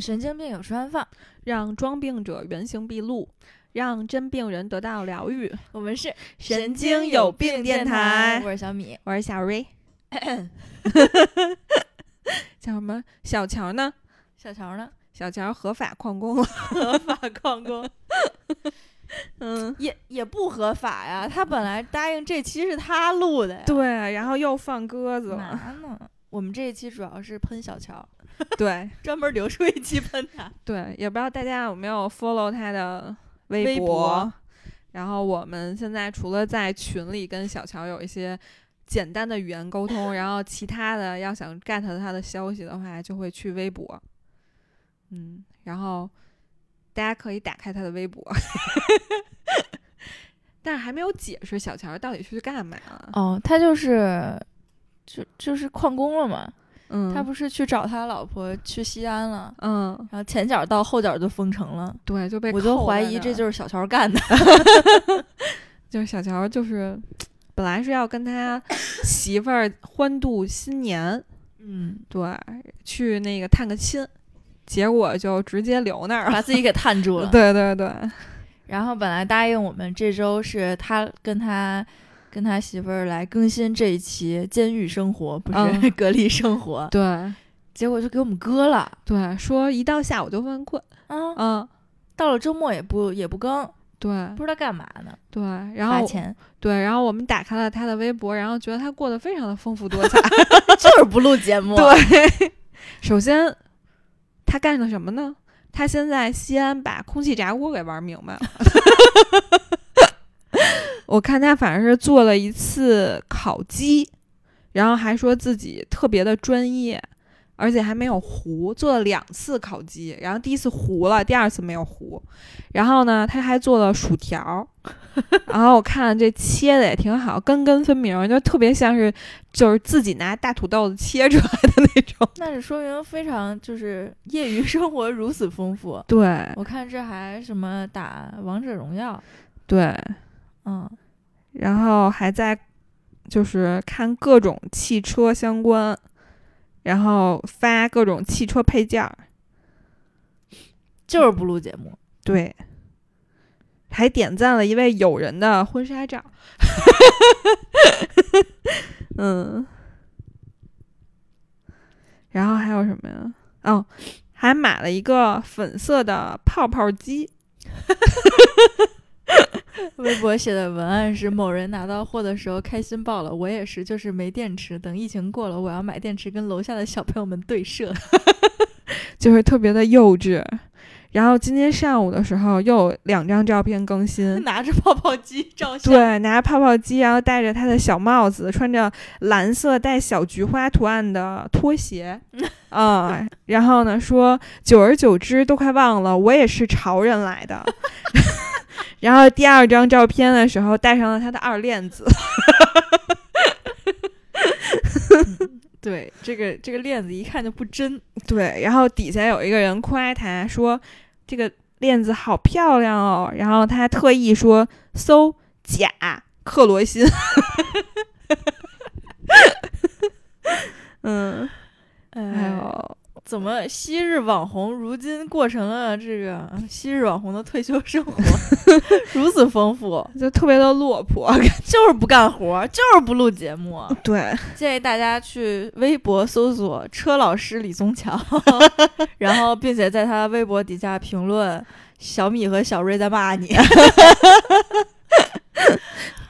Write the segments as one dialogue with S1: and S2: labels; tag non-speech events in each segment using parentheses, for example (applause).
S1: 神经病友吃完饭，
S2: 让装病者原形毕露，让真病人得到疗愈。
S1: 我们是
S2: 神经有病电台
S1: 我是小米，
S2: 我是
S1: (laughs)
S2: 小瑞，叫什么？小乔呢？
S1: 小乔呢？
S2: 小乔合法旷工
S1: (laughs)
S2: 了，
S1: 合法旷工
S2: (laughs) 嗯，
S1: 也也不合法呀，他本来答应这期是他录的呀，
S2: 对，然后又放鸽子
S1: 干
S2: 了，
S1: 嘛呢？我们这一期主要是喷小乔，
S2: 对
S1: 专门留出一期喷他。
S2: 对，也不知道大家有没有 follow 他的微
S1: 微博
S2: 然后我们现在除了在群里跟小乔有一些简单的语言沟通，然后其他的要想 get 到他的消息的话，就会去微博。嗯，然后大家可以打开他的微博， (laughs) 但是还没有解释小乔到底是去干嘛了。
S1: 哦，他就是就就是旷工了嘛，
S2: 嗯，
S1: 他不是去找他老婆去西安了，
S2: 嗯，
S1: 然后前脚到后脚就封城了，
S2: 对，就被
S1: 我就
S2: 扣
S1: 怀
S2: 在
S1: 疑
S2: 那
S1: 这
S2: 儿
S1: 就是小乔干的。
S2: 就是小乔，就是本来是要跟他媳妇儿欢度新年，
S1: 嗯，
S2: 对，去那个探个亲，结果就直接留那儿
S1: (laughs)
S2: 了。
S1: 把自己给探住了。
S2: 对对对，
S1: 然后本来答应我们这周是他跟他跟他媳妇儿来更新这一期监狱生活，不是、
S2: 嗯
S1: (laughs) 隔离生 (laughs) 活，
S2: 对
S1: 结果就给我们割了
S2: 对，说一到下午就犯困，
S1: 啊！
S2: 嗯，
S1: 到了周末也不也不更，
S2: 对
S1: 不知道干嘛呢，
S2: 对，然
S1: 罚
S2: 后
S1: 钱
S2: 对，然后我们打开了他的微博，然后觉得他过得非常的丰富多彩。
S1: (laughs) 就是不录节 (laughs) 目。
S2: 对，首先他干了什么呢？他先在西安把空气炸锅给玩明白了。 (laughs) 我看他反正是做了一次烤鸡，然后还说自己特别的专业，而且还没有糊，做了两次烤鸡，然后第一次糊了，第二次没有糊。然后呢，他还做了薯 (laughs) 条，然后我看这切的也挺好，根根分明，就特别像是就是自己拿大土豆子切出来的那种。
S1: 那是说明非常就是业余生活如此丰富。
S2: 对
S1: 我看这还什么打王者荣耀，
S2: 对，
S1: 嗯，
S2: 然后还在就是看各种汽车相关，然后发各种汽车配件儿，
S1: 就是不录节目。
S2: 对，还点赞了一位友人的婚纱照。 (laughs) 嗯，然后还有什么呀？哦，还买了一个粉色的泡泡机。
S1: 微博写的文案是：某人拿到货的时候开心爆了，我也是，就是没电池。等疫情过了，我要买电池跟楼下的小朋友们对 (laughs) 射。
S2: 就是特别的幼稚。然后今天上午的时候，又有两张照片更新，
S1: 拿着泡泡机照相，
S2: 对，拿着泡泡机，然后戴着他的小帽子，穿着蓝色带小菊花图案的拖鞋，啊、然后呢说，久而久之都快忘了我也是潮人来的。 (laughs) 然后第二张照片的时候，戴上了他的二链子，
S1: 对这个这个链子一看就不真，
S2: 对，然后底下有一个人夸他说：“这个链子好漂亮哦。”然后他特意说：“搜假克罗心。” (laughs) 嗯，还
S1: 哎呦，
S2: 有
S1: 怎么昔日网红如今过成了这个昔日网红的退休 (laughs) 生活，如此丰富，
S2: 就特别的落魄。
S1: (laughs) 啊就是不干活，就是不录节目。
S2: 对，
S1: 建议大家去微博搜索“车老师李宗
S2: (laughs)
S1: 强”，然后并且在他微博底下评论“小米和小瑞在骂
S2: (laughs)
S1: 你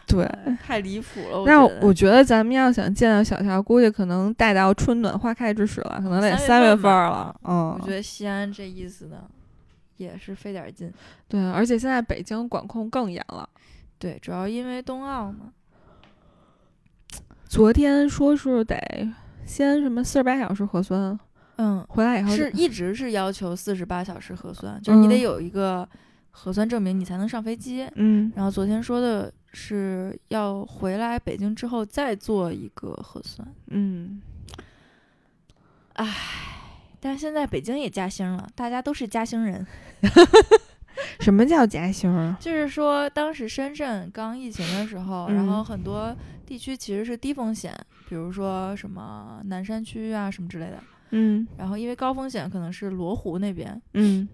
S2: 对，”，
S1: 太离谱了。
S2: 那
S1: 我觉得
S2: 我觉得咱们要想见到小乔，估计可能待到春暖花开之时了，可能得
S1: 三
S2: 三
S1: 月
S2: 月
S1: 份
S2: 份
S1: 吧
S2: 儿了。嗯
S1: 我，觉得西安这意思呢，也是费点劲。
S2: 对，而且现在北京管控更严了。
S1: 对，主要因为冬奥嘛。
S2: 昨天说是得先什么四十八小时核酸，
S1: 嗯，
S2: 回来以后就是
S1: 一直是要求四十八小时核酸，就是你
S2: 嗯
S1: 得有一个核酸证明，你才能上飞机。
S2: 嗯
S1: 然后昨天说的是要回来北京之后再做一个核酸。
S2: 嗯，
S1: 但是现在北京也加星了，大家都是嘉兴人。
S2: 什么叫夹心儿？啊
S1: 就是说，当时深圳刚疫情的时候，然
S2: 嗯
S1: 后很多地区其实是低风险，比如说什么南山区啊什么之类的。
S2: 嗯
S1: 然后因为高风险可能是罗湖那边，
S2: 嗯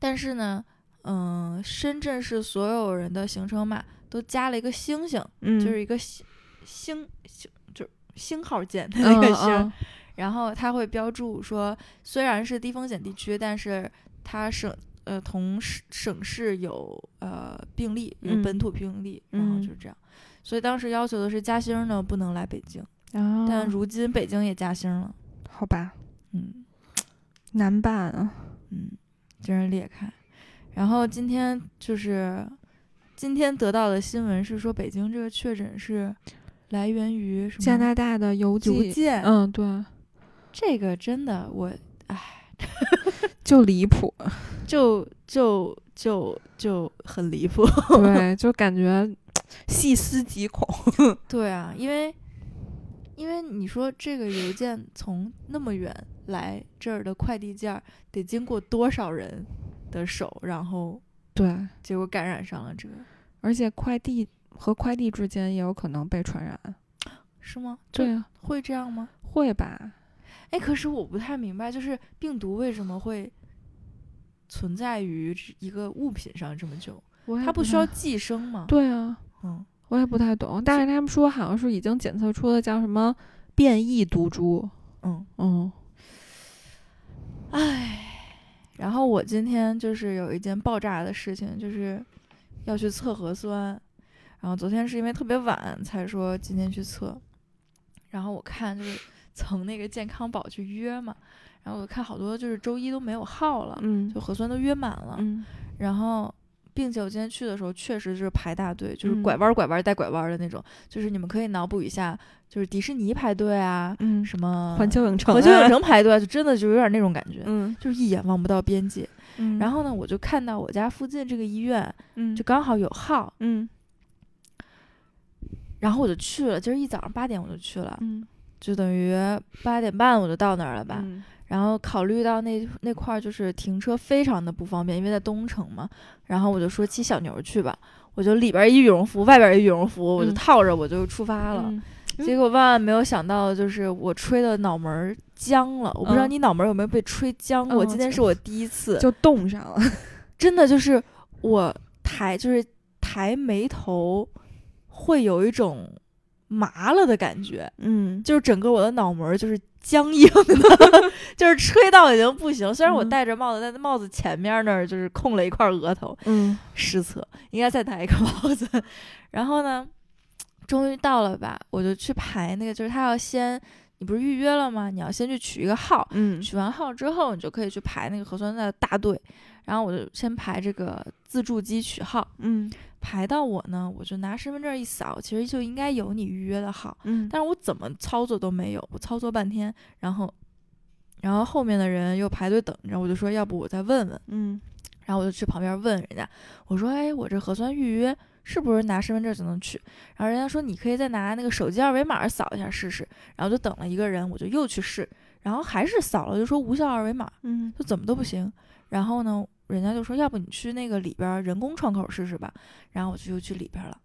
S1: 但是呢，嗯、深圳市所有人的行程码都加了一个星星，
S2: 嗯，
S1: 就是一个星星星，就是星号键的那个星，
S2: 嗯
S1: 然后它会标注说，虽然是低风险地区，但是它省呃同省省市有呃病例，有
S2: 嗯
S1: 本土病例，然后
S2: 嗯
S1: 就是这样。所以当时要求的是嘉兴呢不能来北京，
S2: 嗯
S1: 但
S2: 哦
S1: 如今北京也嘉兴了，
S2: 好吧，
S1: 嗯
S2: 难办啊，
S1: 嗯，真是裂开。然后今天就是今天得到的新闻是说，北京这个确诊是来源于什么
S2: 加拿大的邮
S1: 邮
S2: 寄，
S1: 件，
S2: 嗯，对，
S1: 这个真的我
S2: 就离谱，
S1: 就就就就很离谱。 (laughs)
S2: 对，就感觉细思极恐， (laughs)
S1: 对啊，因为因为你说这个邮件从那么远来这儿的快递件儿，得经过多少人的手，然后
S2: 对，
S1: 结果感染上了这个，
S2: 而且快递和快递之间也有可能被传染，
S1: 是吗？就
S2: 对啊，
S1: 会这样吗？
S2: 会吧？
S1: 哎，可是我不太明白，就是病毒为什么会存在于这一个物品上这么久？
S2: 我也
S1: 它不
S2: 太
S1: 需要寄生吗？
S2: 对啊，
S1: 嗯，
S2: 我也不太懂，但是他们说好像是已经检测出了叫什么变异毒株，
S1: 嗯。
S2: 嗯
S1: 然后我今天就是有一件爆炸的事情，就是要去测核酸。然后昨天是因为特别晚才说今天去测，然后我看就是从那个健康宝去约嘛，然后我看好多就是周一都没有号了，
S2: 嗯
S1: 就核酸都约满了。
S2: 嗯
S1: 然后，并且我今天去的时候确实就是排大队，就是
S2: 嗯
S1: 拐弯儿拐弯儿带拐弯儿的那种，就是你们可以脑补一下，就是迪士尼排队啊，
S2: 嗯，
S1: 什么
S2: 环球影城，
S1: 环球影，城排队啊，就真的就有点那种感觉，
S2: 嗯
S1: 就是一眼望不到边界。
S2: (laughs) 嗯，
S1: 然后呢，我就看到我家附近这个医院
S2: 嗯
S1: 就刚好有号，
S2: 嗯
S1: 然后我就去了。今儿一早上八点我就去了，
S2: 嗯
S1: 就等于八点半我就到那儿了吧。
S2: 嗯
S1: 然后考虑到那那块儿就是停车非常的不方便，因为在东城嘛，然后我就说骑小牛去吧。我就里边一羽绒服，外边一羽绒服，我就
S2: 嗯
S1: 套着我就出发了。
S2: 嗯嗯
S1: 结果万万没有想到，就是我吹的脑门儿僵了。我不知道
S2: 嗯
S1: 你脑门儿有没有被吹僵过，
S2: 嗯
S1: 今天是我第一次，
S2: 就冻上了，
S1: 真的就是我抬就是抬眉头，会有一种麻了的感觉，
S2: (laughs) 嗯
S1: 就是整个我的脑门儿就是僵硬的， (laughs) 就是吹到已经不行。虽然我
S2: 嗯
S1: 戴着帽子，但帽子前面那儿就是空了一块额头，
S2: 嗯
S1: 失策，应该再戴一个帽子。 (laughs) 然后呢，终于到了吧，我就去排那个，就是他要先，你不是预约了吗？你要先去取一个号，
S2: 嗯
S1: 取完号之后，你就可以去排那个核酸的大队。然后我就先排这个自助机取号，
S2: 嗯
S1: 排到我呢，我就拿身份证一扫，其实就应该有你预约的号，
S2: 嗯，
S1: 但是我怎么操作都没有，我操作半天，然后，然后后面的人又排队等着，我就说要不我再问问，
S2: 嗯
S1: 然后我就去旁边问人家，我说，哎，我这核酸预约是不是拿身份证就能取？然后人家说你可以再拿那个手机二维码扫一下试试，然后就等了一个人，我就又去试，然后还是扫了，就说无效二维码，
S2: 嗯
S1: 就怎么都不行。然后呢，人家就说，要不你去那个里边儿人工窗口试试吧。然后我就又去里边儿了，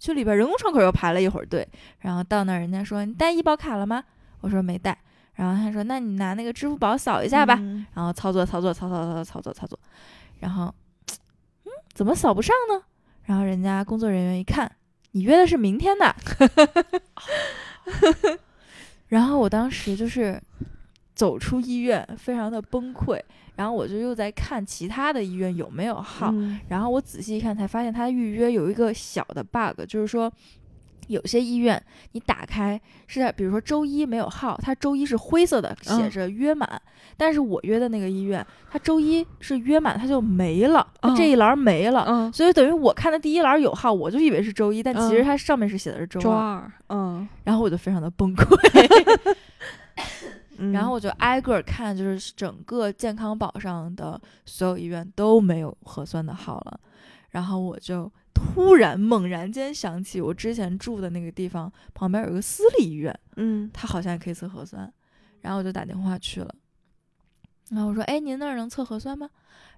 S1: 去里边儿人工窗口又排了一会儿队。然后到那儿，人家说你带医保卡了吗？我说没带。然后他说，那你拿那个支付宝扫一下吧。，
S2: 嗯
S1: 然后操作操作操作操作操作操作，然后，嗯，怎么扫不上呢？然后人家工作人员一看，你约的是明天的， (laughs) 然后我当时就是走出医院，非常的崩溃，然后我就又在看其他的医院有没有号，
S2: 嗯
S1: 然后我仔细一看才发现它预约有一个小的 bug，就是说。有些医院你打开是在，比如说周一没有号，它周一是灰色的，
S2: 嗯
S1: 写着约满。但是我约的那个医院，它周一是约满，它就没了，它这
S2: 嗯
S1: 一栏没了。
S2: 嗯，
S1: 所以等于我看的第一栏有号，我就以为是周一，但其实
S2: 嗯
S1: 它上面是写的是周
S2: 周
S1: 二，
S2: 二，嗯，
S1: 然后我就非常的崩溃，
S2: 嗯
S1: 然后我就挨个儿看，就是整个健康宝上的所有医院都没有核酸的号了，然后我就突然猛然间想起我之前住的那个地方旁边有一个私立医院，
S2: 嗯
S1: 他好像也可以测核酸，然后我就打电话去了，然后我说：“哎，您那儿能测核酸吗？”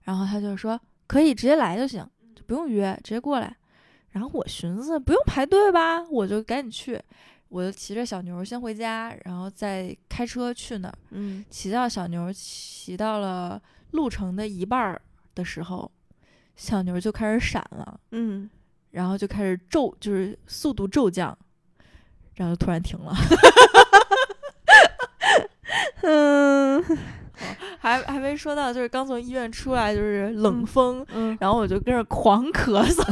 S1: 然后他就说：“可以，直接来就行，就不用约，直接过来。”然后我寻思不用排队吧，我就赶紧去。我就骑着小牛先回家，然后再开车去那儿。
S2: 嗯，
S1: 骑到小牛骑到了路程的一半儿的时候，小牛就开始闪了， (laughs)
S2: 嗯，
S1: 然后就开始骤就是速度骤降，然后就突然停了。 (laughs)
S2: 嗯，
S1: 还还没说到，就是刚从医院出来，就是冷
S2: 嗯
S1: 风，
S2: 嗯，
S1: 然后我就跟着狂咳嗽。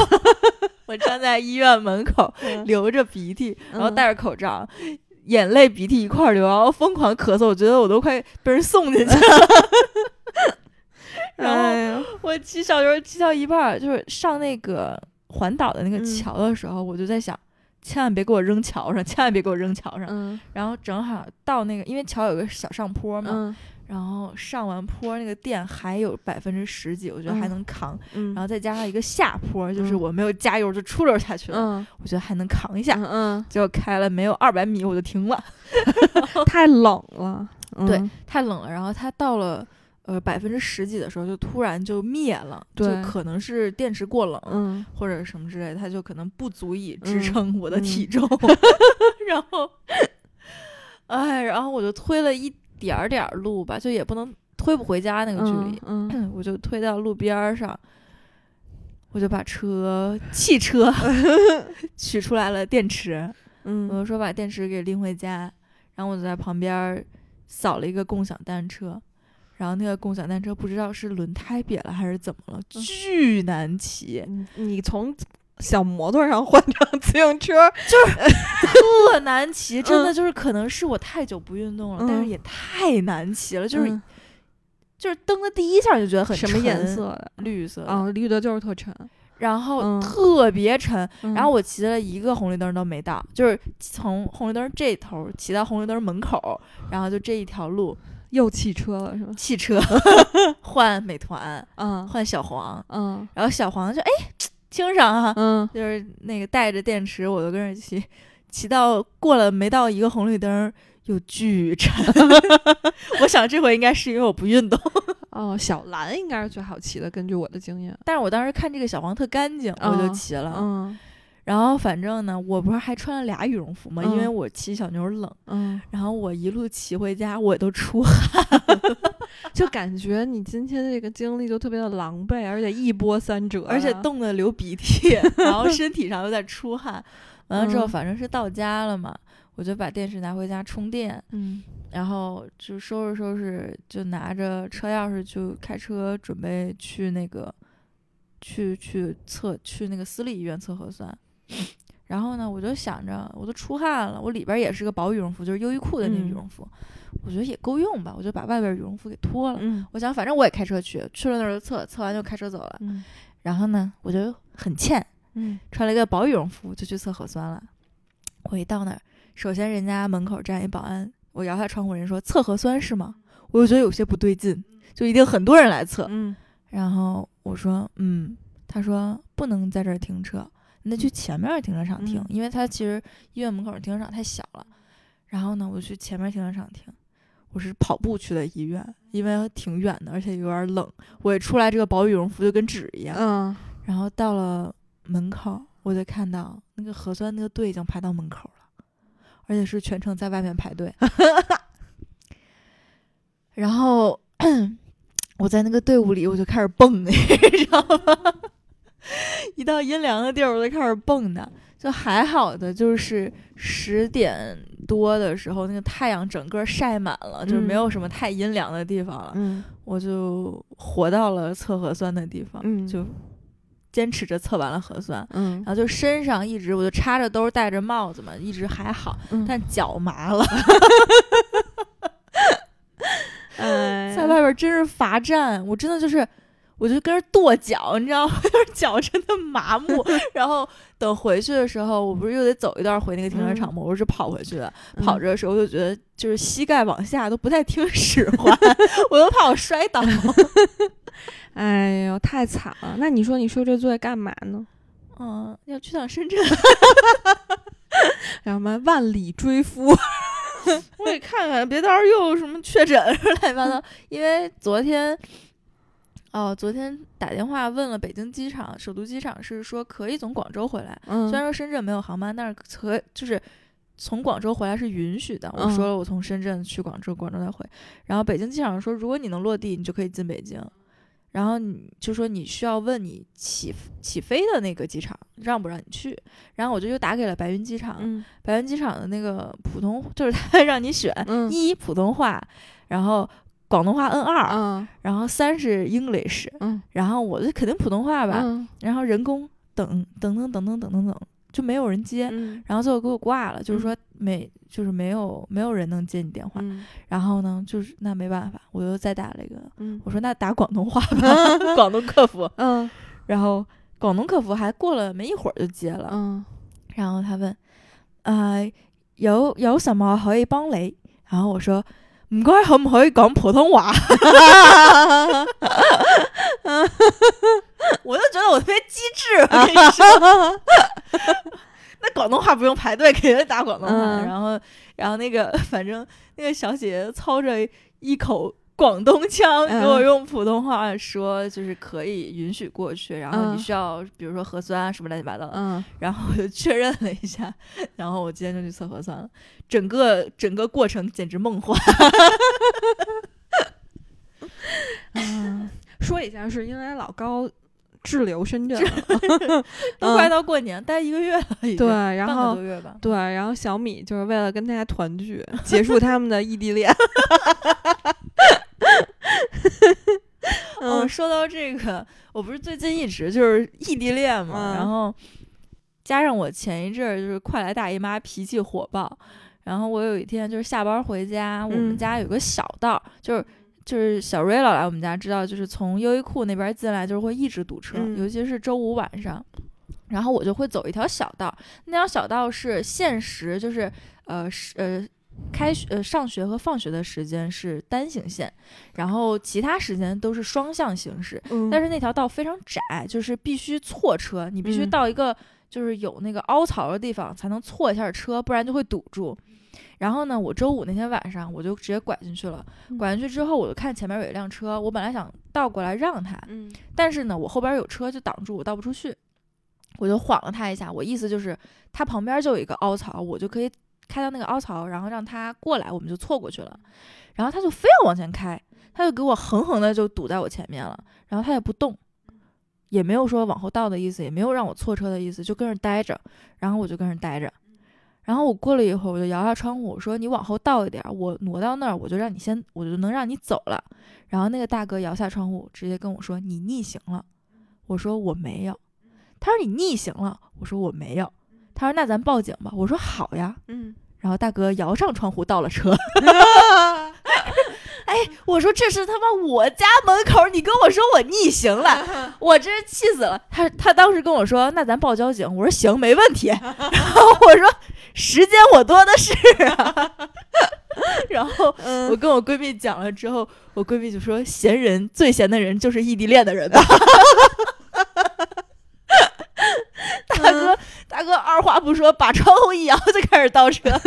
S1: (laughs) 我站在医院门口，流着鼻涕，然后
S2: 嗯
S1: 戴着口罩，眼泪鼻涕一块儿流，然后疯狂咳嗽，我觉得我都快被人送进去了。然后
S2: 哎呀
S1: 我骑小牛骑到一半儿，就是上那个环岛的那个
S2: 嗯
S1: 桥的时候，我就在想，千万别给我扔桥上，千万别给我扔桥上。
S2: 嗯
S1: 然后正好到那个，因为桥有个小上坡嘛，
S2: 嗯
S1: 然后上完坡那个电还有百分之十几，我觉得还
S2: 嗯
S1: 能扛。
S2: 嗯，
S1: 然后再加上一个下坡，就是
S2: 嗯
S1: 我没有加油就出溜下去了，
S2: 嗯
S1: 我觉得还能扛一下。
S2: 嗯嗯，
S1: 结果开了没有二百米我就停了， (laughs)
S2: 太冷了，
S1: 对
S2: 嗯
S1: (laughs) 太冷了。然后它到了呃百分之十几的时候，就突然就灭了，
S2: 对
S1: 就可能是电池过冷、
S2: 嗯
S1: 或者什么之类的，它就可能不足以
S2: 嗯
S1: 支撑我的体
S2: (laughs)
S1: 重。然后，哎，然后我就推了一点儿点儿路吧，就也不能推不回家那个距离，
S2: 嗯嗯
S1: 我就推到路边儿上，我就把车汽
S2: (laughs)
S1: 车取出来了电池，我
S2: 嗯
S1: 就说把电池给拎回家，然后我就在旁边儿扫了一个共享单车，然后那个共享单车不知道是轮胎瘪了还是怎么了，
S2: 嗯
S1: 巨难骑，
S2: 嗯，你从小摩托上换成自行车，
S1: 特难骑，真的
S2: 嗯
S1: 就是可能是我太久不运动了，但是
S2: 嗯
S1: 也太难骑了， (laughs) 就是、
S2: 嗯
S1: 就是蹬的第一下就觉得很
S2: 什么颜
S1: 沉？
S2: 色的？
S1: 绿色的，
S2: 啊，绿的就是特沉。
S1: 然后
S2: 嗯
S1: 特别沉，然后
S2: 我
S1: 我骑了一个红绿灯都没到，就是从红绿灯这头骑到红绿灯门口，然后就这一条路，
S2: 又汽车了是吧？
S1: 汽
S2: (laughs)
S1: 车换美团，
S2: 嗯
S1: 换小黄， (laughs)
S2: 嗯
S1: 然后小黄就哎啊轻省哈、
S2: 嗯
S1: 就是那个带着电池，我就跟着骑， (laughs) 骑到过了没到一个红绿灯又巨沉， (laughs) 我想这回应该是因为我不运动，
S2: 哦，小蓝应该是最好骑的，根据我的经验。
S1: 但是我当时看这个小黄特干净，我就
S2: 哦
S1: 骑了。
S2: 嗯
S1: 然后反正呢，我不是还穿了俩羽绒服嘛，因为
S2: 嗯
S1: 我骑小牛冷。
S2: 嗯，
S1: 然后我一路骑回家，我都出汗。
S2: 就感觉你今天这个经历就特别的狼狈，而且一波三折，啊
S1: 而且冻得流鼻涕， (laughs) 然后身体上又在出汗。完了之后，
S2: 嗯
S1: 反正是到家了嘛，我就把电池拿回家充电，
S2: 嗯
S1: 然后就收拾收拾，就拿着车钥匙就开车准备去那个，去去测去那个私立医院测核酸。然后呢，我就想着，我都出汗了，我里边也是个薄羽绒服，就是优衣库的那个
S2: 嗯
S1: 羽绒服，我觉得也够用吧，我就把外边羽绒服给脱了。
S2: 嗯
S1: 我想，反正我也开车去，去了那儿就测，测完就开车走了。
S2: 嗯
S1: 然后呢，我就很欠，
S2: 嗯
S1: 穿了一个薄羽绒服就去测核酸了。我一到那儿，首先人家门口站一保安，我摇下窗户，人说测核酸是吗？我就觉得有些不对劲，就一定很多人来测。
S2: 嗯
S1: 然后我说，嗯，他说不能在这儿停车，你得去前面的停车场停，
S2: 嗯
S1: 因为他其实医院门口的停车场太小了。然后呢，我就去前面停车场停，我是跑步去的医院，因为挺远的，而且有点冷，我一出来这个薄羽绒服就跟纸一样。
S2: 嗯，
S1: 然后到了门口，我就看到那个核酸那个队已经排到门口了，而且是全程在外面排
S2: (laughs)
S1: 队。然后 (clears throat) 我在那个队伍里，我就开始蹦， (laughs) 你知道吗？一到阴凉的地儿，我就开始蹦跶。就还好的，就是十点多的时候，那个太阳整个晒满了，就是没
S2: 嗯
S1: 有什么太阴凉的地方了。
S2: 嗯
S1: 我就活到了测核酸的地方，
S2: 嗯
S1: 就坚持着测完了核酸，
S2: 嗯
S1: 然，后就身上一直我就插着兜儿戴着帽子嘛，一直还好，
S2: 嗯
S1: 但脚麻了，
S2: 哎
S1: 在外边真是罚站，我真的就是。我就跟着跺脚，你知道吗？ (laughs) 就是脚真的麻
S2: (laughs)
S1: 木。然后等回去的时候，我不是又得走一段回那个停车
S2: 嗯
S1: 场吗？我是跑回去的。跑着的时候，我就觉得就是膝盖往下都不太听使唤， (laughs) 我都怕我摔倒。 (laughs)
S2: 哎呦，太惨了！那你说你受这罪干嘛呢？
S1: 嗯，要去趟深圳。
S2: 叫什么万里追夫？
S1: 我得看看，别到时候又有什么确诊 (laughs) 乱七八糟。因为昨天，哦，昨天打电话问了北京机场，首都机场是说可以从广州回来，
S2: 嗯
S1: 虽然说深圳没有航班，但是可就是从广州回来是允许的。我
S2: 嗯
S1: 说了，我从深圳去广州，广州再回。然后北京机场说，如果你能落地，你就可以进北京。然后你就说你需要问你起起飞的那个机场让不让你去。然后我就又打给了白云机场，
S2: 嗯
S1: 白云机场的那个普通就是他会让你选
S2: 嗯
S1: 一普通话，然后广东话 N 二、
S2: 嗯
S1: 然后三是 English，
S2: 嗯，
S1: 然后我就肯定普通话吧，
S2: 嗯
S1: 然后人工等等等等等等等等，就没有人接，
S2: 嗯
S1: 然后最后给我挂了，就是说没就是没有没有人能接你电话，
S2: 嗯
S1: 然后呢就是那没办法，我又再打了一个，
S2: 嗯
S1: 我说那打广东话
S2: (laughs)
S1: 吧，广东客服，
S2: 嗯
S1: 然后广东客服还过了没一会儿就接了，
S2: 嗯 (laughs)
S1: 然后他问，呃，有有什么可以帮你？然后我说，唔该，可唔可以讲普通话？ (laughs) 我就觉得我特别机智， (laughs) 我跟你说，那广东话不用排队，给人打广东话。
S2: 嗯
S1: 然后，然后那个 (laughs) 反正那个小姐姐操着一口。广东腔
S2: 嗯
S1: 给我用普通话说，就是可以允许过去，然后
S2: 嗯
S1: 你需要比如说核酸啊什么乱七八糟的，
S2: 嗯，
S1: 然后我就确认了一下，然后我今天就去测核酸了，整个整个过程简直梦幻。
S2: 嗯，说一下，是因为老高滞留深圳了， (laughs)
S1: 都快到过年，待一个月了，已经
S2: 嗯对，然
S1: 半个
S2: 后
S1: 多月吧。
S2: 对，然后小米就是为了跟大家团聚，结束他们的异地恋。
S1: 哦，
S2: 嗯
S1: 说到这个，我不是最近一直就是异地恋嘛，
S2: 嗯
S1: 然后加上我前一阵儿就是快来大姨妈脾气火爆，然后我有一天就是下班回家，我们
S2: 嗯
S1: 家有个小道儿，就是。就是小瑞老来我们家，知道就是从优衣库那边进来，就是会一直堵车，
S2: 嗯
S1: 尤其是周五晚上。然后我就会走一条小道，那条小道是限时，就是呃是呃开学呃上学和放学的时间是单行线，然后其他时间都是双向行驶。
S2: 嗯
S1: 但是那条道非常窄，就是必须错车，你必须
S2: 嗯
S1: 到一个就是有那个凹槽的地方才能错一下车，不然就会堵住。然后呢，我周五那天晚上我就直接拐进去了，
S2: 嗯
S1: 拐进去之后我就看前面有一辆车，我本来想倒过来让他，
S2: 嗯
S1: 但是呢，我后边有车就挡住，我倒不出去，我就晃了他一下。我意思就是，他旁边就有一个凹槽，我就可以开到那个凹槽，然后让他过来，我们就错过去了。然后他就非要往前开，他就给我狠狠的就堵在我前面了，然后他也不动，也没有说往后倒的意思，也没有让我错车的意思，就跟那儿待着。然后我就跟那儿待着。然后我过了一会儿，我就摇下窗户，我说：“你往后倒一点儿，我挪到那儿，我就让你先，我就能让你走了。”然后那个大哥摇下窗户，直接跟我说：“你逆行了。”我说：“我没有。”他说：“你逆行了。”我说：“我没有。”他说：“那咱报警吧。”我说：“好呀。
S2: 嗯，”
S1: 然后大哥摇上窗户倒了车。 (laughs) 哎，我说这是他妈我家门口，你跟我说我逆行了，我真是气死了。他他当时跟我说：“那咱报交警。”我说：“行，没问题。” (laughs) 然后我说：“时间我多的是啊。” (laughs) 然后我
S2: (laughs) 嗯
S1: 跟我闺蜜讲了之后，我闺蜜就说：“闲人最闲的人就是异地恋的人吧。”大哥，大哥二话不说，把窗户一摇就开始倒车。 (laughs)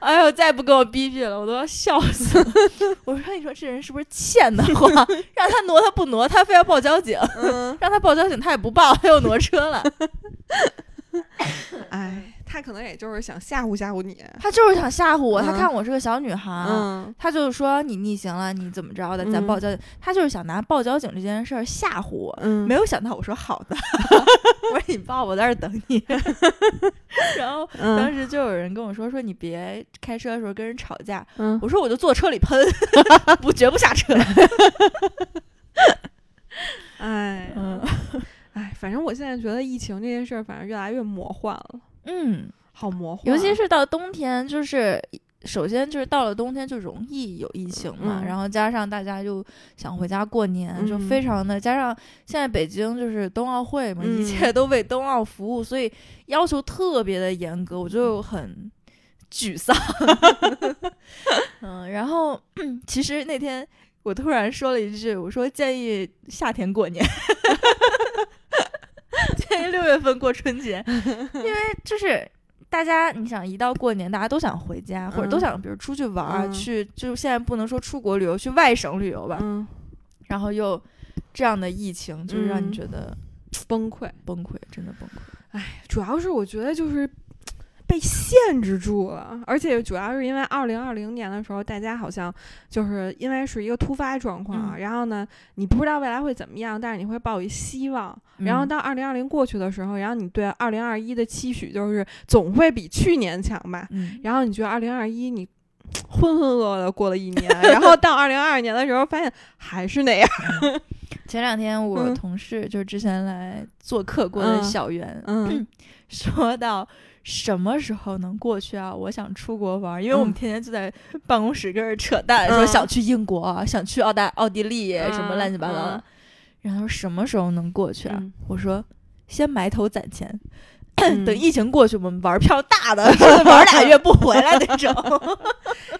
S1: 哎呦，再也不跟我逼逼了，我都要笑死了。 (laughs) 我说：“你说这人是不是欠得慌？ (laughs) 让他挪他不挪，他非要报交警；
S2: 嗯，
S1: 让他报交警，他也不报，他又挪车了。 (laughs)
S2: 哎，他可能也就是想吓唬吓唬你。
S1: 他就是想吓唬我，他
S2: 嗯
S1: 看我是个小女孩。”
S2: 嗯
S1: 他就是说你逆行了，你怎么着的？咱
S2: 嗯
S1: 报交警，他就是想拿报交警这件事儿吓唬我。
S2: 嗯
S1: 没有想到我说好的， (laughs) 我说你报，我在这儿等
S2: (laughs)
S1: 你。 (laughs) 然后当
S2: 嗯
S1: 时就有人跟我说说你别开车的时候跟人吵架，
S2: 嗯，
S1: 我说我就坐车里喷， (laughs) 不绝不下车。
S2: 哎
S1: 嗯
S2: 哎，反正我现在觉得疫情这件事儿，反正越来越魔幻了，
S1: (laughs) 嗯，
S2: 好魔幻。啊
S1: 尤其是到冬天，就是。首先就是到了冬天就容易有疫情嘛，
S2: 嗯
S1: 然后加上大家又想回家过年，就
S2: 嗯
S1: 非常的加上现在北京就是冬奥会嘛，一
S2: 嗯
S1: 切都为冬奥服务，所以要求特别的严格，我就很沮丧。 (laughs) 嗯，然后 (clears throat) 其实那天我突然说了一句，我说建议夏天过年， (laughs) 建议六月份过春
S2: (laughs)
S1: 节，因为就是。大家，你想一到过年，大家都想回家，或者都
S2: 嗯
S1: 想，比如出去玩儿，
S2: 嗯
S1: 去就现在不能说出国旅游，去外省旅游吧。
S2: 嗯
S1: 然后又这样的疫情，就是让你
S2: 嗯
S1: 觉得
S2: 崩溃，
S1: 崩溃，真的崩溃。
S2: 主要是我觉得就是被限制住了，而且主要是因为二零二零年的时候，大家好像就是因为是一个突发状况，
S1: 嗯
S2: 然后呢，你不知道未来会怎么样，但是你会抱有希望。
S1: 嗯
S2: 然后到二零二零过去的时候，然后你对二零二一的期许就是总会比去年强吧。
S1: 嗯，
S2: 然后你觉得二零二一你浑浑噩噩的过了一年，然后到二零二二年的时候，发现还是那样。
S1: 前两天我
S2: 嗯
S1: 同事、就是之前来做客过的
S2: 嗯
S1: 小袁，
S2: 嗯，
S1: (laughs) 说到什么时候能过去啊？我想出国玩儿，因为我们
S2: 嗯
S1: 天天就在办公室跟人扯淡，
S2: 嗯
S1: 说想去英国啊，想去澳大奥地利什么
S2: 嗯
S1: 乱七八糟的。
S2: 嗯
S1: 然后说什么时候能过去啊？
S2: 嗯
S1: 我说先埋头攒钱，
S2: 嗯
S1: 等疫情过去，我们玩票大
S2: (laughs)
S1: 的，玩俩月不回来那种。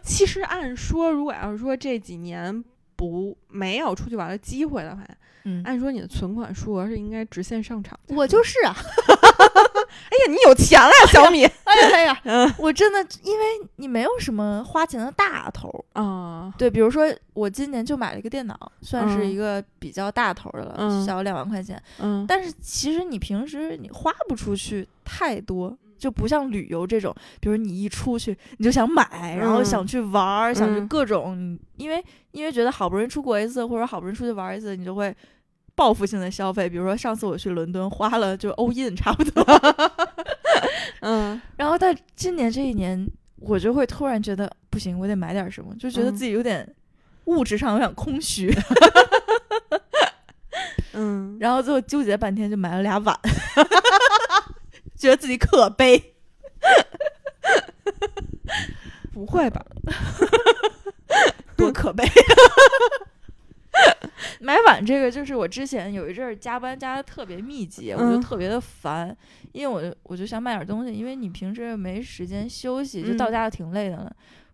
S2: 其实按说，如果要是说这几年不没有出去玩的机会的话，
S1: 嗯，
S2: 按说你的存款数额是应该直线上涨。
S1: 我就是啊，
S2: 哎呀，你有钱了，小米
S1: 哎呀哎呀，
S2: 嗯
S1: 我真的因为你没有什么花钱的大头，
S2: (laughs) 啊，
S1: 对，比如说我今年就买了一个电脑，算是
S2: 嗯
S1: 一个比较大头的了，
S2: 嗯
S1: 小两万块钱。
S2: 嗯，
S1: 但是其实你平时你花不出去太多，就不像旅游这种，比如你一出去你就想买，然后
S2: 嗯
S1: 想去玩儿，想去
S2: 嗯
S1: 各种，因为因为觉得好不容易出国一次，或者好不容易出去玩儿一次，你就会。报复性的消费，比如说上次我去伦敦花了就 all in 差不多，
S2: 嗯
S1: (laughs) 然后但今年这一年，我就会突然觉得不行，我得买点什么，就觉得
S2: 嗯
S1: 自己有点物质上有点空虚，
S2: 嗯，
S1: 然后最后纠结半天就买了俩碗， (laughs) 觉得自己可悲。
S2: 不会吧？
S1: 多可悲。 (laughs) 买碗这个就是我之前有一阵儿加班加的特别密集，我就
S2: 嗯
S1: 特别的烦，因为我就我就想买点东西，因为你平时没时间休息，就到
S2: 嗯
S1: 家就挺累的了。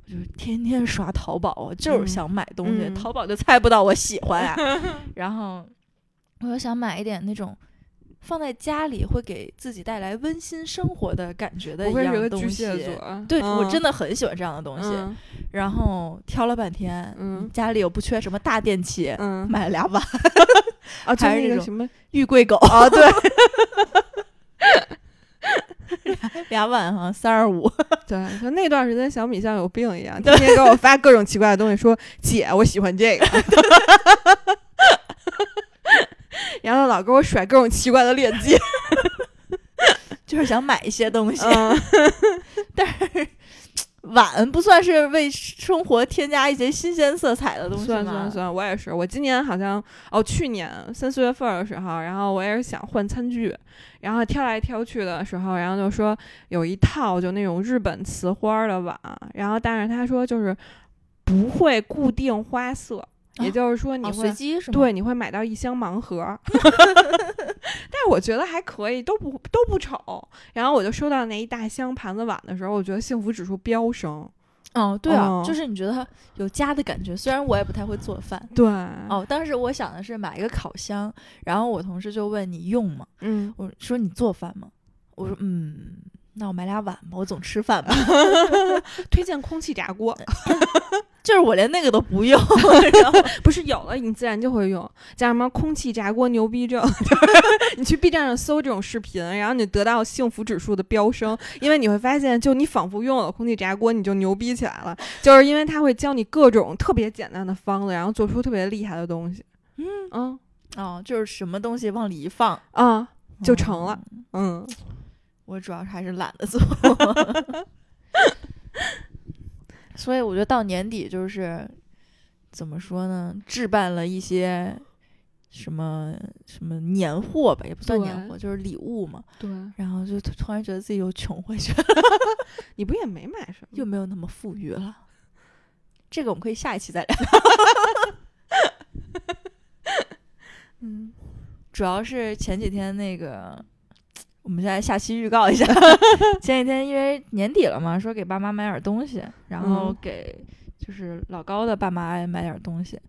S1: 我就天天刷淘宝啊，就是
S2: 嗯
S1: 想买东西，
S2: 嗯
S1: 淘宝就猜不到我喜欢啊。
S2: (laughs)
S1: 然后我又想买一点那种放在家里会给自己带来温馨生活的感觉的
S2: 不
S1: 一
S2: 愧是
S1: 样
S2: 个
S1: 东
S2: 巨
S1: 西。
S2: 蟹座，啊嗯
S1: 对、我真
S2: 的
S1: 的很喜欢这样的东西。
S2: 嗯
S1: 然后挑了半天，
S2: 嗯
S1: 家里又不缺什么大电器，(laughs)
S2: 嗯
S1: 买了俩碗，
S2: 啊，就
S1: 还是那
S2: 那个
S1: 种
S2: 什么
S1: 玉桂狗
S2: 啊，对
S1: 俩碗哈，三十五，
S2: 对，就那段时间小米像有病一样，天天给我发各种奇怪的东西，说姐，我喜欢
S1: (laughs)
S2: 这个。然后老给我甩各种奇怪的链接，
S1: 就是想买一些东西，
S2: 嗯，
S1: 但是。 (laughs) 碗不算是为生活添加一些新鲜色彩的东西吗？
S2: 算算算，我也是，我今年好像哦，去年三四月份儿的时候，然后我也是想换餐具，然后挑来挑去的时候，然后就说有一套就那种日本瓷花儿的碗，然后但是他说就是不会固定花色，也就是说你
S1: 啊哦，
S2: 会、
S1: 随机是吗？
S2: 对，你会买到一箱
S1: (laughs)
S2: 盲盒，但是我觉得还可以，都不都不丑。然后我就收到那一大箱盘子碗的时候，我觉得幸福指数飙升。
S1: 哦，对啊，
S2: 哦
S1: 就是你觉得有家的感觉。虽然我也不太会做饭，
S2: 对，
S1: 哦，当时我想的是买一个烤箱，然后我同事就问你用吗？
S2: 嗯，
S1: 我说你做饭吗？我说嗯，那我买俩碗吧，我总吃饭吧。 (laughs)
S2: 推荐空气炸锅，
S1: 就是我连那个都不用，然后
S2: 不是有了你自然就会用，叫什么空气炸锅牛逼症， (laughs) 就是你去 B 站上搜这种视频，然后你得到幸福指数的飙升，因为你会发现，就你仿佛拥有了空气炸锅，你就牛逼起来了，就是因为它会教你各种特别简单的方子，然后做出特别厉害的东西。嗯嗯
S1: 哦，就是什么东西往里一放
S2: 啊，就成了
S1: 嗯
S2: 嗯，
S1: 我主要还是懒
S2: (laughs)
S1: 得做，所以我觉得到年底就是怎么说呢，置办了一些什么什么年货吧，也不算
S2: 对
S1: 年货，就是礼物嘛。
S2: 对，
S1: 然后就突突然觉得自己又穷回去了，
S2: 你不也没买什么
S1: 又？没有那么富裕了。这个我们可以下一期再 (laughs) 聊。
S2: 嗯，
S1: 主要是前几天那个，我们现在下期预告
S2: (laughs)
S1: 一下。前几天因为年底了嘛，说给爸妈买点东西，然后
S2: 嗯
S1: 给就是老高的爸妈也买点东西，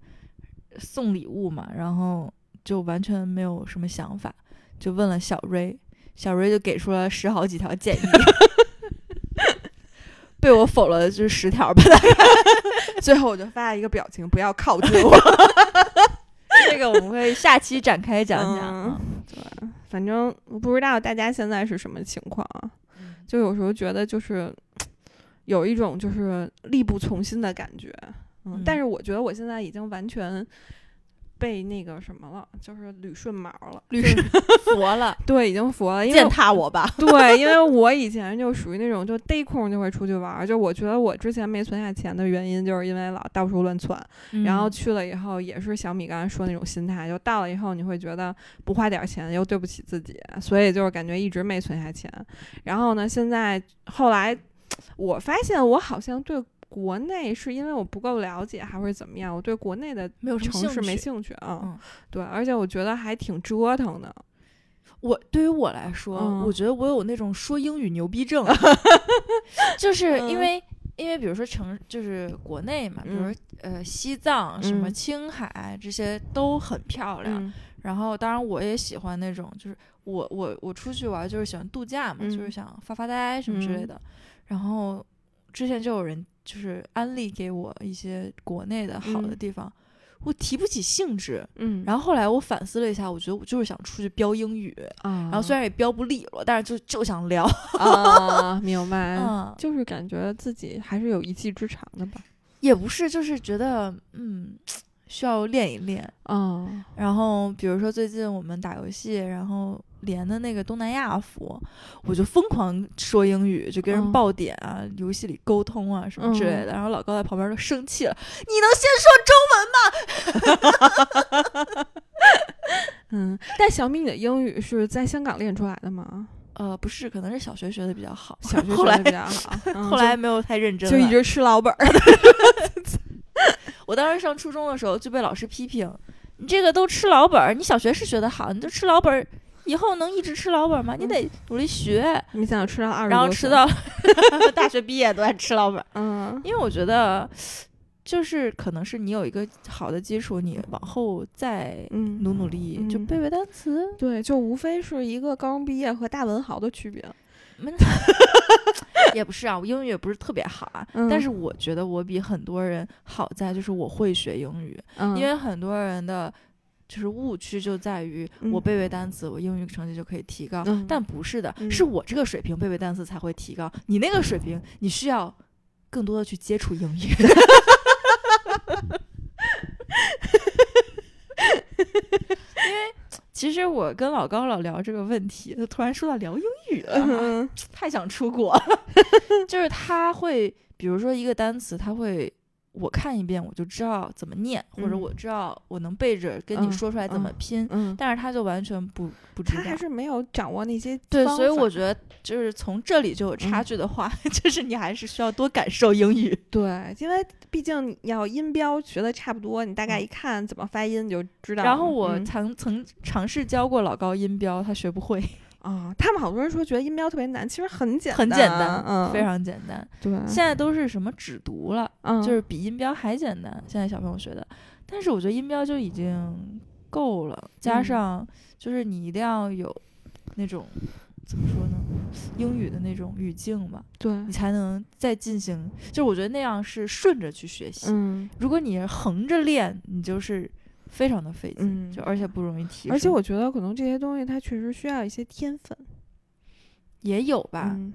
S1: 送礼物嘛，然后就完全没有什么想法，就问了小瑞，小瑞就给出了十好几条
S2: (laughs)
S1: 建议。被我否了，就是十条
S2: (laughs)
S1: 吧。
S2: 最后我就发了一个表情，不要靠近我。 (laughs)
S1: 这个我们会下期展开讲讲。
S2: 嗯反正我不知道大家现在是什么情况啊。就有时候觉得就是有一种就是力不从心的感觉。嗯，
S1: 嗯
S2: 但是我觉得我现在已经完全被那个什么了，就是捋顺毛了，
S1: 律
S2: 就是
S1: 师佛了，
S2: 对，已经佛了，因为
S1: 践踏我吧。
S2: 对，因为我以前就属于那种就逮空就会出去玩儿，就我觉得我之前没存下钱的原因，就是因为老到处乱窜，然后
S1: 嗯
S2: 去了以后也是小米刚才说那种心态，就到了以后你会觉得不花点儿钱又对不起自己，所以就是感觉一直没存下钱。然后呢，现在后来我发现我好像对。国内是因为我不够了解，还会怎么样？我对国内的
S1: 没有什么
S2: 城市
S1: 兴
S2: 没
S1: 趣
S2: 兴趣啊。
S1: 嗯
S2: 对，而且我觉得还挺折腾的。
S1: 我对于我来说，
S2: 嗯
S1: 我觉得我有那种说英语牛逼
S2: (laughs)
S1: 症，就是因
S2: 嗯
S1: 为、因为比如说城就是国内嘛，比如
S2: 嗯
S1: 说呃西藏什么
S2: 嗯
S1: 青海这些都很漂亮，
S2: 嗯
S1: 然后当然我也喜欢那种就是我我我出去玩就是喜欢度假嘛，
S2: 嗯
S1: 就是想发发呆什么之类的，然后之前就有人就是安利给我一些国内的好的
S2: 嗯
S1: 地方，我提不起兴致，
S2: 嗯，
S1: 然后后来我反思了一下，我觉得我就是想出去飙英语。
S2: 后啊，
S1: 然后虽然也标不利落，但是就就想聊。
S2: 啊，明白，
S1: 嗯，
S2: 就是感觉自己还是有一技之长的吧。
S1: 也不是，就是觉得嗯，需要练一练。
S2: 嗯
S1: 然后比如说最近我们打游戏，然后连的那个东南亚服，我就疯狂说英语，就跟人
S2: 嗯
S1: 爆点啊，游戏里沟通啊什么之类的。
S2: 嗯
S1: 然后老高在旁边都生气了，你能先说
S2: 嗯，但小米，你的英语是在香港练出来的吗？
S1: 中？呃，不是，可能是小学学的比较好，
S2: 小
S1: (laughs)
S2: 学
S1: 后
S2: 学
S1: 来
S2: 的比较好，嗯
S1: 后来没有太认真
S2: 就
S1: 了。
S2: 就一直吃老本儿。
S1: 我当时上初中的时候就被老师批评，你这个都吃老本儿，你小学是学得好，你都吃老本儿，以后能一直吃老本儿吗？你得努力学，
S2: 你想吃到二十，
S1: 然后吃到 (laughs) 大学毕业都在吃老本儿。
S2: 嗯
S1: 因为我觉得，就是可能是你有一个好的基础，你往后再
S2: 嗯，
S1: 努努力，就
S2: 嗯
S1: 背背单词。
S2: 对，就无非是一个高中毕业和大文豪的区别。
S1: 嗯 (laughs) 也不是啊，我英语也不是特别好啊，
S2: 嗯
S1: 但是我觉得我比很多人好在就是我会学英语，
S2: 嗯，
S1: 因为很多人的就是误区就在于我
S2: 嗯
S1: 背背单词，我英语成绩就可以提高，
S2: 嗯
S1: 但不是的，
S2: 嗯
S1: 是我这个水平背背单词才会提高，你那个水平你需要更多的去接触英语。 (laughs) 因为其实我跟老高老聊这个问题，就突然说到聊英语了， (laughs)
S2: 嗯
S1: 太想出国
S2: (laughs)
S1: 了。就是他会，比如说一个单词，他会我看一遍我就知道怎么念，或者
S2: 嗯
S1: 我知道我能背着跟你
S2: 嗯
S1: 说出来怎么
S2: 嗯
S1: 拼，
S2: 嗯，
S1: 但是他就完全不不知
S2: 他
S1: 道。
S2: 还是没有掌握那些
S1: 对，
S2: 方
S1: 所以
S2: 法
S1: 我觉得就是从这里就有差
S2: 嗯
S1: 距的话， (laughs) 就是你还是需要多感受英语。
S2: 对，因为毕竟你要音标学的差不多，你大概一看怎么发音你就知道
S1: 嗯
S2: 了。
S1: 然后我
S2: 嗯
S1: 曾曾尝试教过老高音标，他学不会，
S2: 啊、他们好多人说觉得音标特别难，其实很简单，
S1: 很简单，
S2: 嗯，
S1: 非常简单。
S2: 对，
S1: 现在都是什么只读了，
S2: 嗯，
S1: 就是比音标还简单。现在小朋友学的，但是我觉得音标就已经够了，加
S2: 嗯
S1: 上就是你一定要有那种怎么说呢，英语的那种语境吧，
S2: 对，
S1: 你才能再进行。就是我觉得那样是顺着去学习。
S2: 嗯
S1: 如果你横着练，你就是非常的费劲，
S2: 嗯，
S1: 就而且不容易提升。
S2: 而且我觉得可能这些东西它确实需要一些天分
S1: 也有吧，
S2: 嗯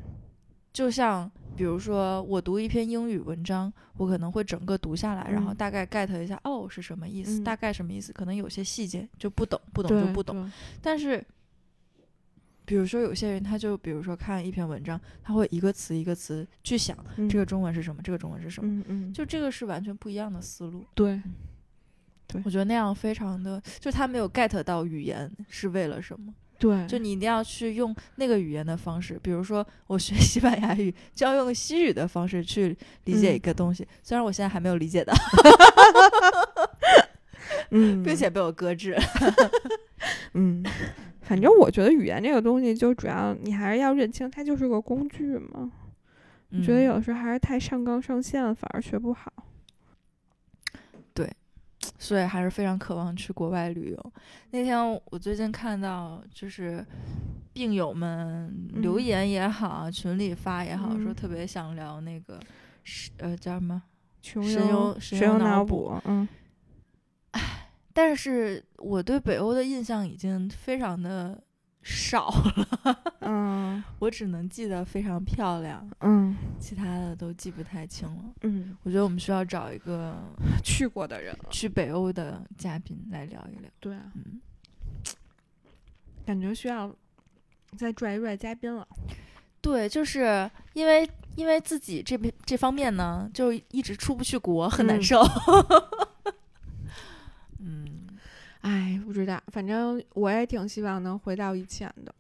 S1: 就像比如说我读一篇英语文章，我可能会整个读下来，然后
S2: 嗯
S1: 大概 get 一下，哦是什么意思，
S2: 嗯
S1: 大概什么意思，可能有些细节就不懂，不懂
S2: 对，
S1: 就不懂。
S2: 对，
S1: 但是，比如说有些人他就比如说看一篇文章，他会一个词一个词去想、
S2: 嗯
S1: 这个中文是什么，这个中文是什么，
S2: 嗯嗯，
S1: 就这个是完全不一样的思路。
S2: 对，
S1: 我觉得那样非常的，就他没有 get 到语言是为了什么，
S2: 对，
S1: 就你一定要去用那个语言的方式，比如说我学 (laughs) 西班牙语，就要用西语的方式去理解一
S2: 嗯
S1: 个东西，虽然我现在还没有理解到，
S2: 嗯，
S1: (laughs) 并且被我搁置。
S2: (laughs) 嗯，反正我觉得语言这个东西，就主要你还是要认清它就是个工具嘛。我觉得
S1: 嗯
S2: 有时候还是太上纲上线了，反而学不好。
S1: 所以还是非常渴望去国外旅游。那天我最近看到，就是病友们留
S2: 嗯
S1: 言也好，群里发也好，说
S2: 嗯
S1: 特别想聊那个，是呃，叫什么？
S2: 穷
S1: 神
S2: 游
S1: 游神
S2: 神
S1: 游
S2: 游
S1: 脑
S2: 脑
S1: 补
S2: 补，嗯 (laughs)
S1: 但是我对北欧的印象已经非常的少了，
S2: 嗯
S1: 我只能记得非常漂亮，
S2: 嗯
S1: 其他的都记不太清了。
S2: (laughs) 嗯，
S1: 我觉得我们需要找一个
S2: (laughs) 去过的人了，
S1: 去北欧的嘉宾来聊一聊。
S2: 对啊，
S1: 嗯，
S2: 感觉需要再拽一拽嘉宾了。
S1: 对，就是因为因为自己这边这方面呢，就一直出不去国，很难
S2: 嗯
S1: 受。 (laughs) 嗯
S2: 哎，不知道，反正我也挺希望能回到以前的，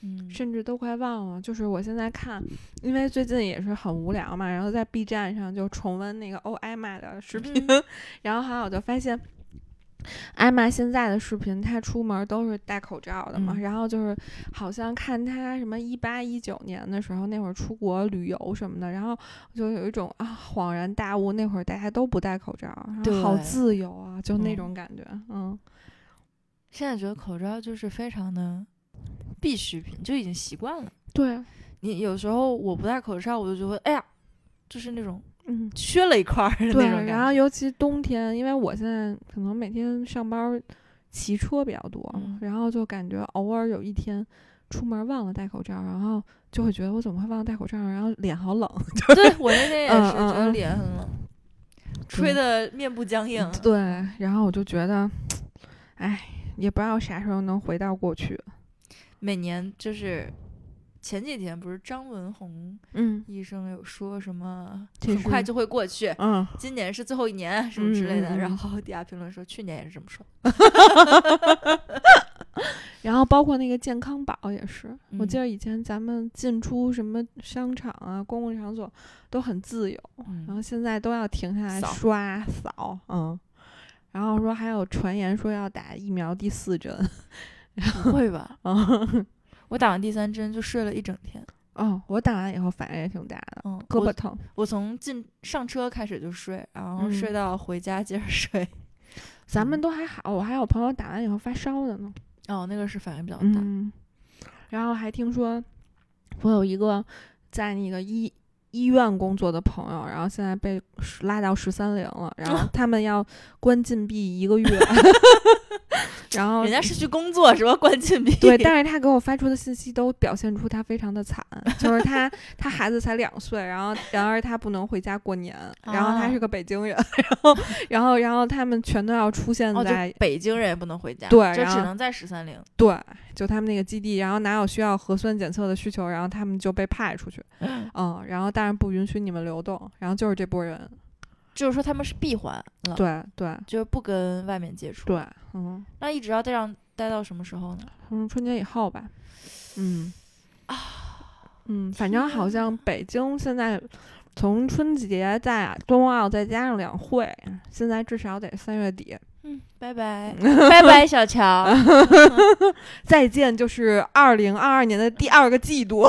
S1: 嗯
S2: 甚至都快忘了。就是我现在看，因为最近也是很无聊嘛，然后在 B 站上就重温那个欧艾玛的视频，
S1: 嗯
S2: 然后还有就发现。艾玛现在的视频，她出门都是戴口罩的嘛，
S1: 嗯
S2: 然后就是好像看她什么一八一九年的时候，那会儿出国旅游什么的，然后就有一种啊恍然大悟，那会儿大家都不戴口罩，然后好
S1: 对
S2: 自由啊，就
S1: 嗯
S2: 那种感觉，嗯
S1: 现在觉得口罩就是非常的必需品，就已经习惯了。
S2: 对，
S1: 你有时候我不戴口罩，我就觉得哎呀，就是那种
S2: 嗯，
S1: 缺了一块儿的 (laughs) 那
S2: 对。
S1: 种感觉。
S2: 然后尤其冬天，因为我现在可能每天上班儿骑车比较多嘛，
S1: 嗯
S2: 然后就感觉偶尔有一天出门忘了戴口罩，然后就会觉得我怎么会忘了戴口罩，然后脸好冷。 (laughs)
S1: 对我那天也
S2: 嗯
S1: 是，觉
S2: 嗯
S1: 得
S2: 嗯
S1: 脸很冷，吹的面部僵硬。
S2: (laughs) 对，然后我就觉得，哎，也不知道啥时候能回到过去。
S1: 每年就是前几天不是张文宏
S2: 嗯
S1: 医生有说什么
S2: 这
S1: 很
S2: 是
S1: 快就会过去，
S2: 嗯，
S1: 今年是最后一年什么之类的，
S2: 嗯嗯嗯
S1: 然后底下评论说去年也是这么说。
S2: 然后包括那个健康宝也是，我
S1: 嗯
S2: 记得以前咱们进出什么商场啊、公共场所都很自由。然
S1: 嗯，
S2: 后现在都要停下来
S1: 扫
S2: 刷扫，嗯，然后说还有传言说要打疫苗第四针，啊
S1: 不会吧？ (laughs)
S2: 嗯，
S1: 我打完第三针就睡了一整天。
S2: 哦，我打完以后反应也挺大的，
S1: 嗯，
S2: 胳膊
S1: 我
S2: 疼，
S1: 我从进上车开始就睡，然后
S2: 嗯
S1: 睡到回家接着睡。嗯
S2: 咱们都还好，我还有朋友打完以后发烧的呢，
S1: 哦，那个是反应比较大。
S2: 嗯，然后还听说我有一个在那个医医院工作的朋友，然后现在被拉到十三陵了，然
S1: (laughs)
S2: 后他们要关禁闭一个月， (laughs) 然后
S1: 人家是去工作是吧？关禁闭。 (laughs)
S2: 对，但是他给我发出的信息都表现出他非常的惨，就
S1: (laughs)
S2: 是他他孩子才两岁，然后然而他不能回家过年，然后他
S1: 啊
S2: 是个北京人，
S1: (laughs)
S2: 然后然后然后他们全都要出现
S1: 哦，就
S2: 在、
S1: 北京人也不能回家，
S2: 对
S1: 就
S2: 然
S1: 只
S2: 后
S1: 能在十三陵。
S2: 对，就他们那个基地，然后哪有需要核酸检测的需求，然后他们就被派出去，
S1: (laughs)
S2: 嗯，然后但是不允许你们流动，然后就是这波人，
S1: 就是说他们是闭环了，，
S2: 对对
S1: 就是不跟外面接触。，
S2: 对，嗯，
S1: 那一直要这样待到什么时候呢？
S2: 嗯，春节以后吧，嗯嗯，反正好像北京现在从春节再冬奥再加上两会，现在至少得三月底。
S1: 嗯，拜
S2: (laughs)
S1: 拜，拜拜，小乔。
S2: 再见，就是二零二二年的第二个季度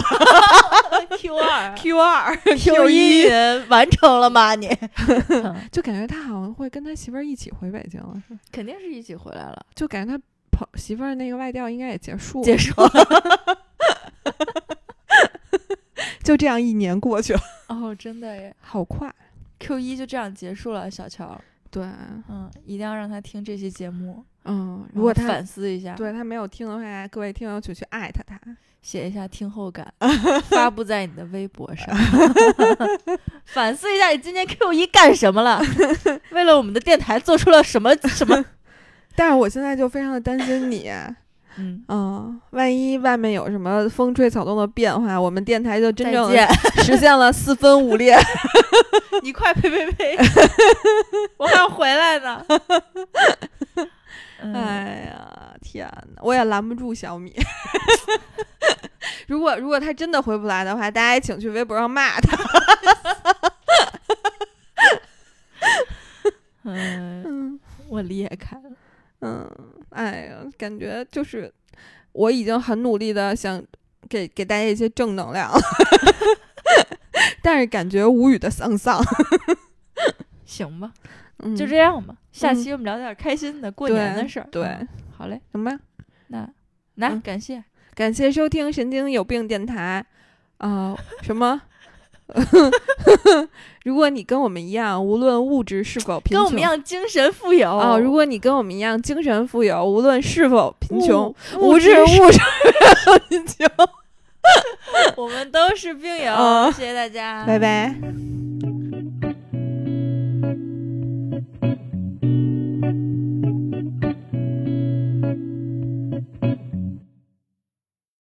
S1: Q (laughs) 二
S2: Q 二 (laughs)
S1: Q 一，云完成了吗？你 (laughs) 嗯
S2: 就感觉他好像会跟他媳妇儿一起回北京了，是吧
S1: 肯定是一起回来了，
S2: 就感觉他朋媳妇儿那个外调应该也结束
S1: (laughs)
S2: 了，
S1: 结束了。
S2: 就这样一年过去了，
S1: (laughs)
S2: (laughs)
S1: 哦，真的耶
S2: 好快。
S1: ，Q 一就这样结束了，小乔。
S2: 对，
S1: 嗯，一定要让他听这期节目，
S2: 嗯，
S1: 然
S2: 如果
S1: 后
S2: 他
S1: 反思一下，
S2: 对他没有听的话，各位听友请去艾特他。
S1: 写一下听后感，
S2: (laughs)
S1: 发布在你的微博上， (laughs) 反思一下你今年 Q 一干什么了，为了我们的电台做出了什么什么？ (laughs)
S2: 但是我现在就非常的担心你，啊
S1: 嗯，
S2: 嗯，万一外面有什么风吹草动的变化，我们电台就真
S1: 再
S2: 正
S1: 见，
S2: (laughs) 实现了四分五裂。
S1: 你快呸呸
S2: (laughs)
S1: 呸，我还要回来呢。哎，
S2: 哎呀，天哪！我也拦不住小米。 (laughs) 如果如果他真的回不来的话，大家也请去微博上骂他。
S1: 嗯，
S2: 嗯
S1: 我裂开了。
S2: 嗯，哎呀，感觉就是我已经很努力的想给给大家一些正能量了， (laughs) 但是感觉无语的丧丧。 (laughs)
S1: 行吧，
S2: 嗯
S1: 就这样吧。下
S2: 嗯
S1: 期我们聊点开心的过年的
S2: 对
S1: 事儿。
S2: 对
S1: 嗯好嘞，
S2: 行吧。
S1: 那那
S2: 嗯
S1: 感谢
S2: 感谢收听《神经有病电台》啊、什么 (laughs) 如果你跟我们一样，无论物质是否贫
S1: 跟
S2: 穷，
S1: 我们一样精神富有
S2: 哦，如果你跟我们一样精神富有，无论是否贫穷，
S1: 物
S2: 无
S1: 质
S2: 质
S1: 是
S2: 物 (laughs) 质贫穷。
S1: 我们都是病友。
S2: 嗯
S1: 谢谢大家，
S2: 拜拜。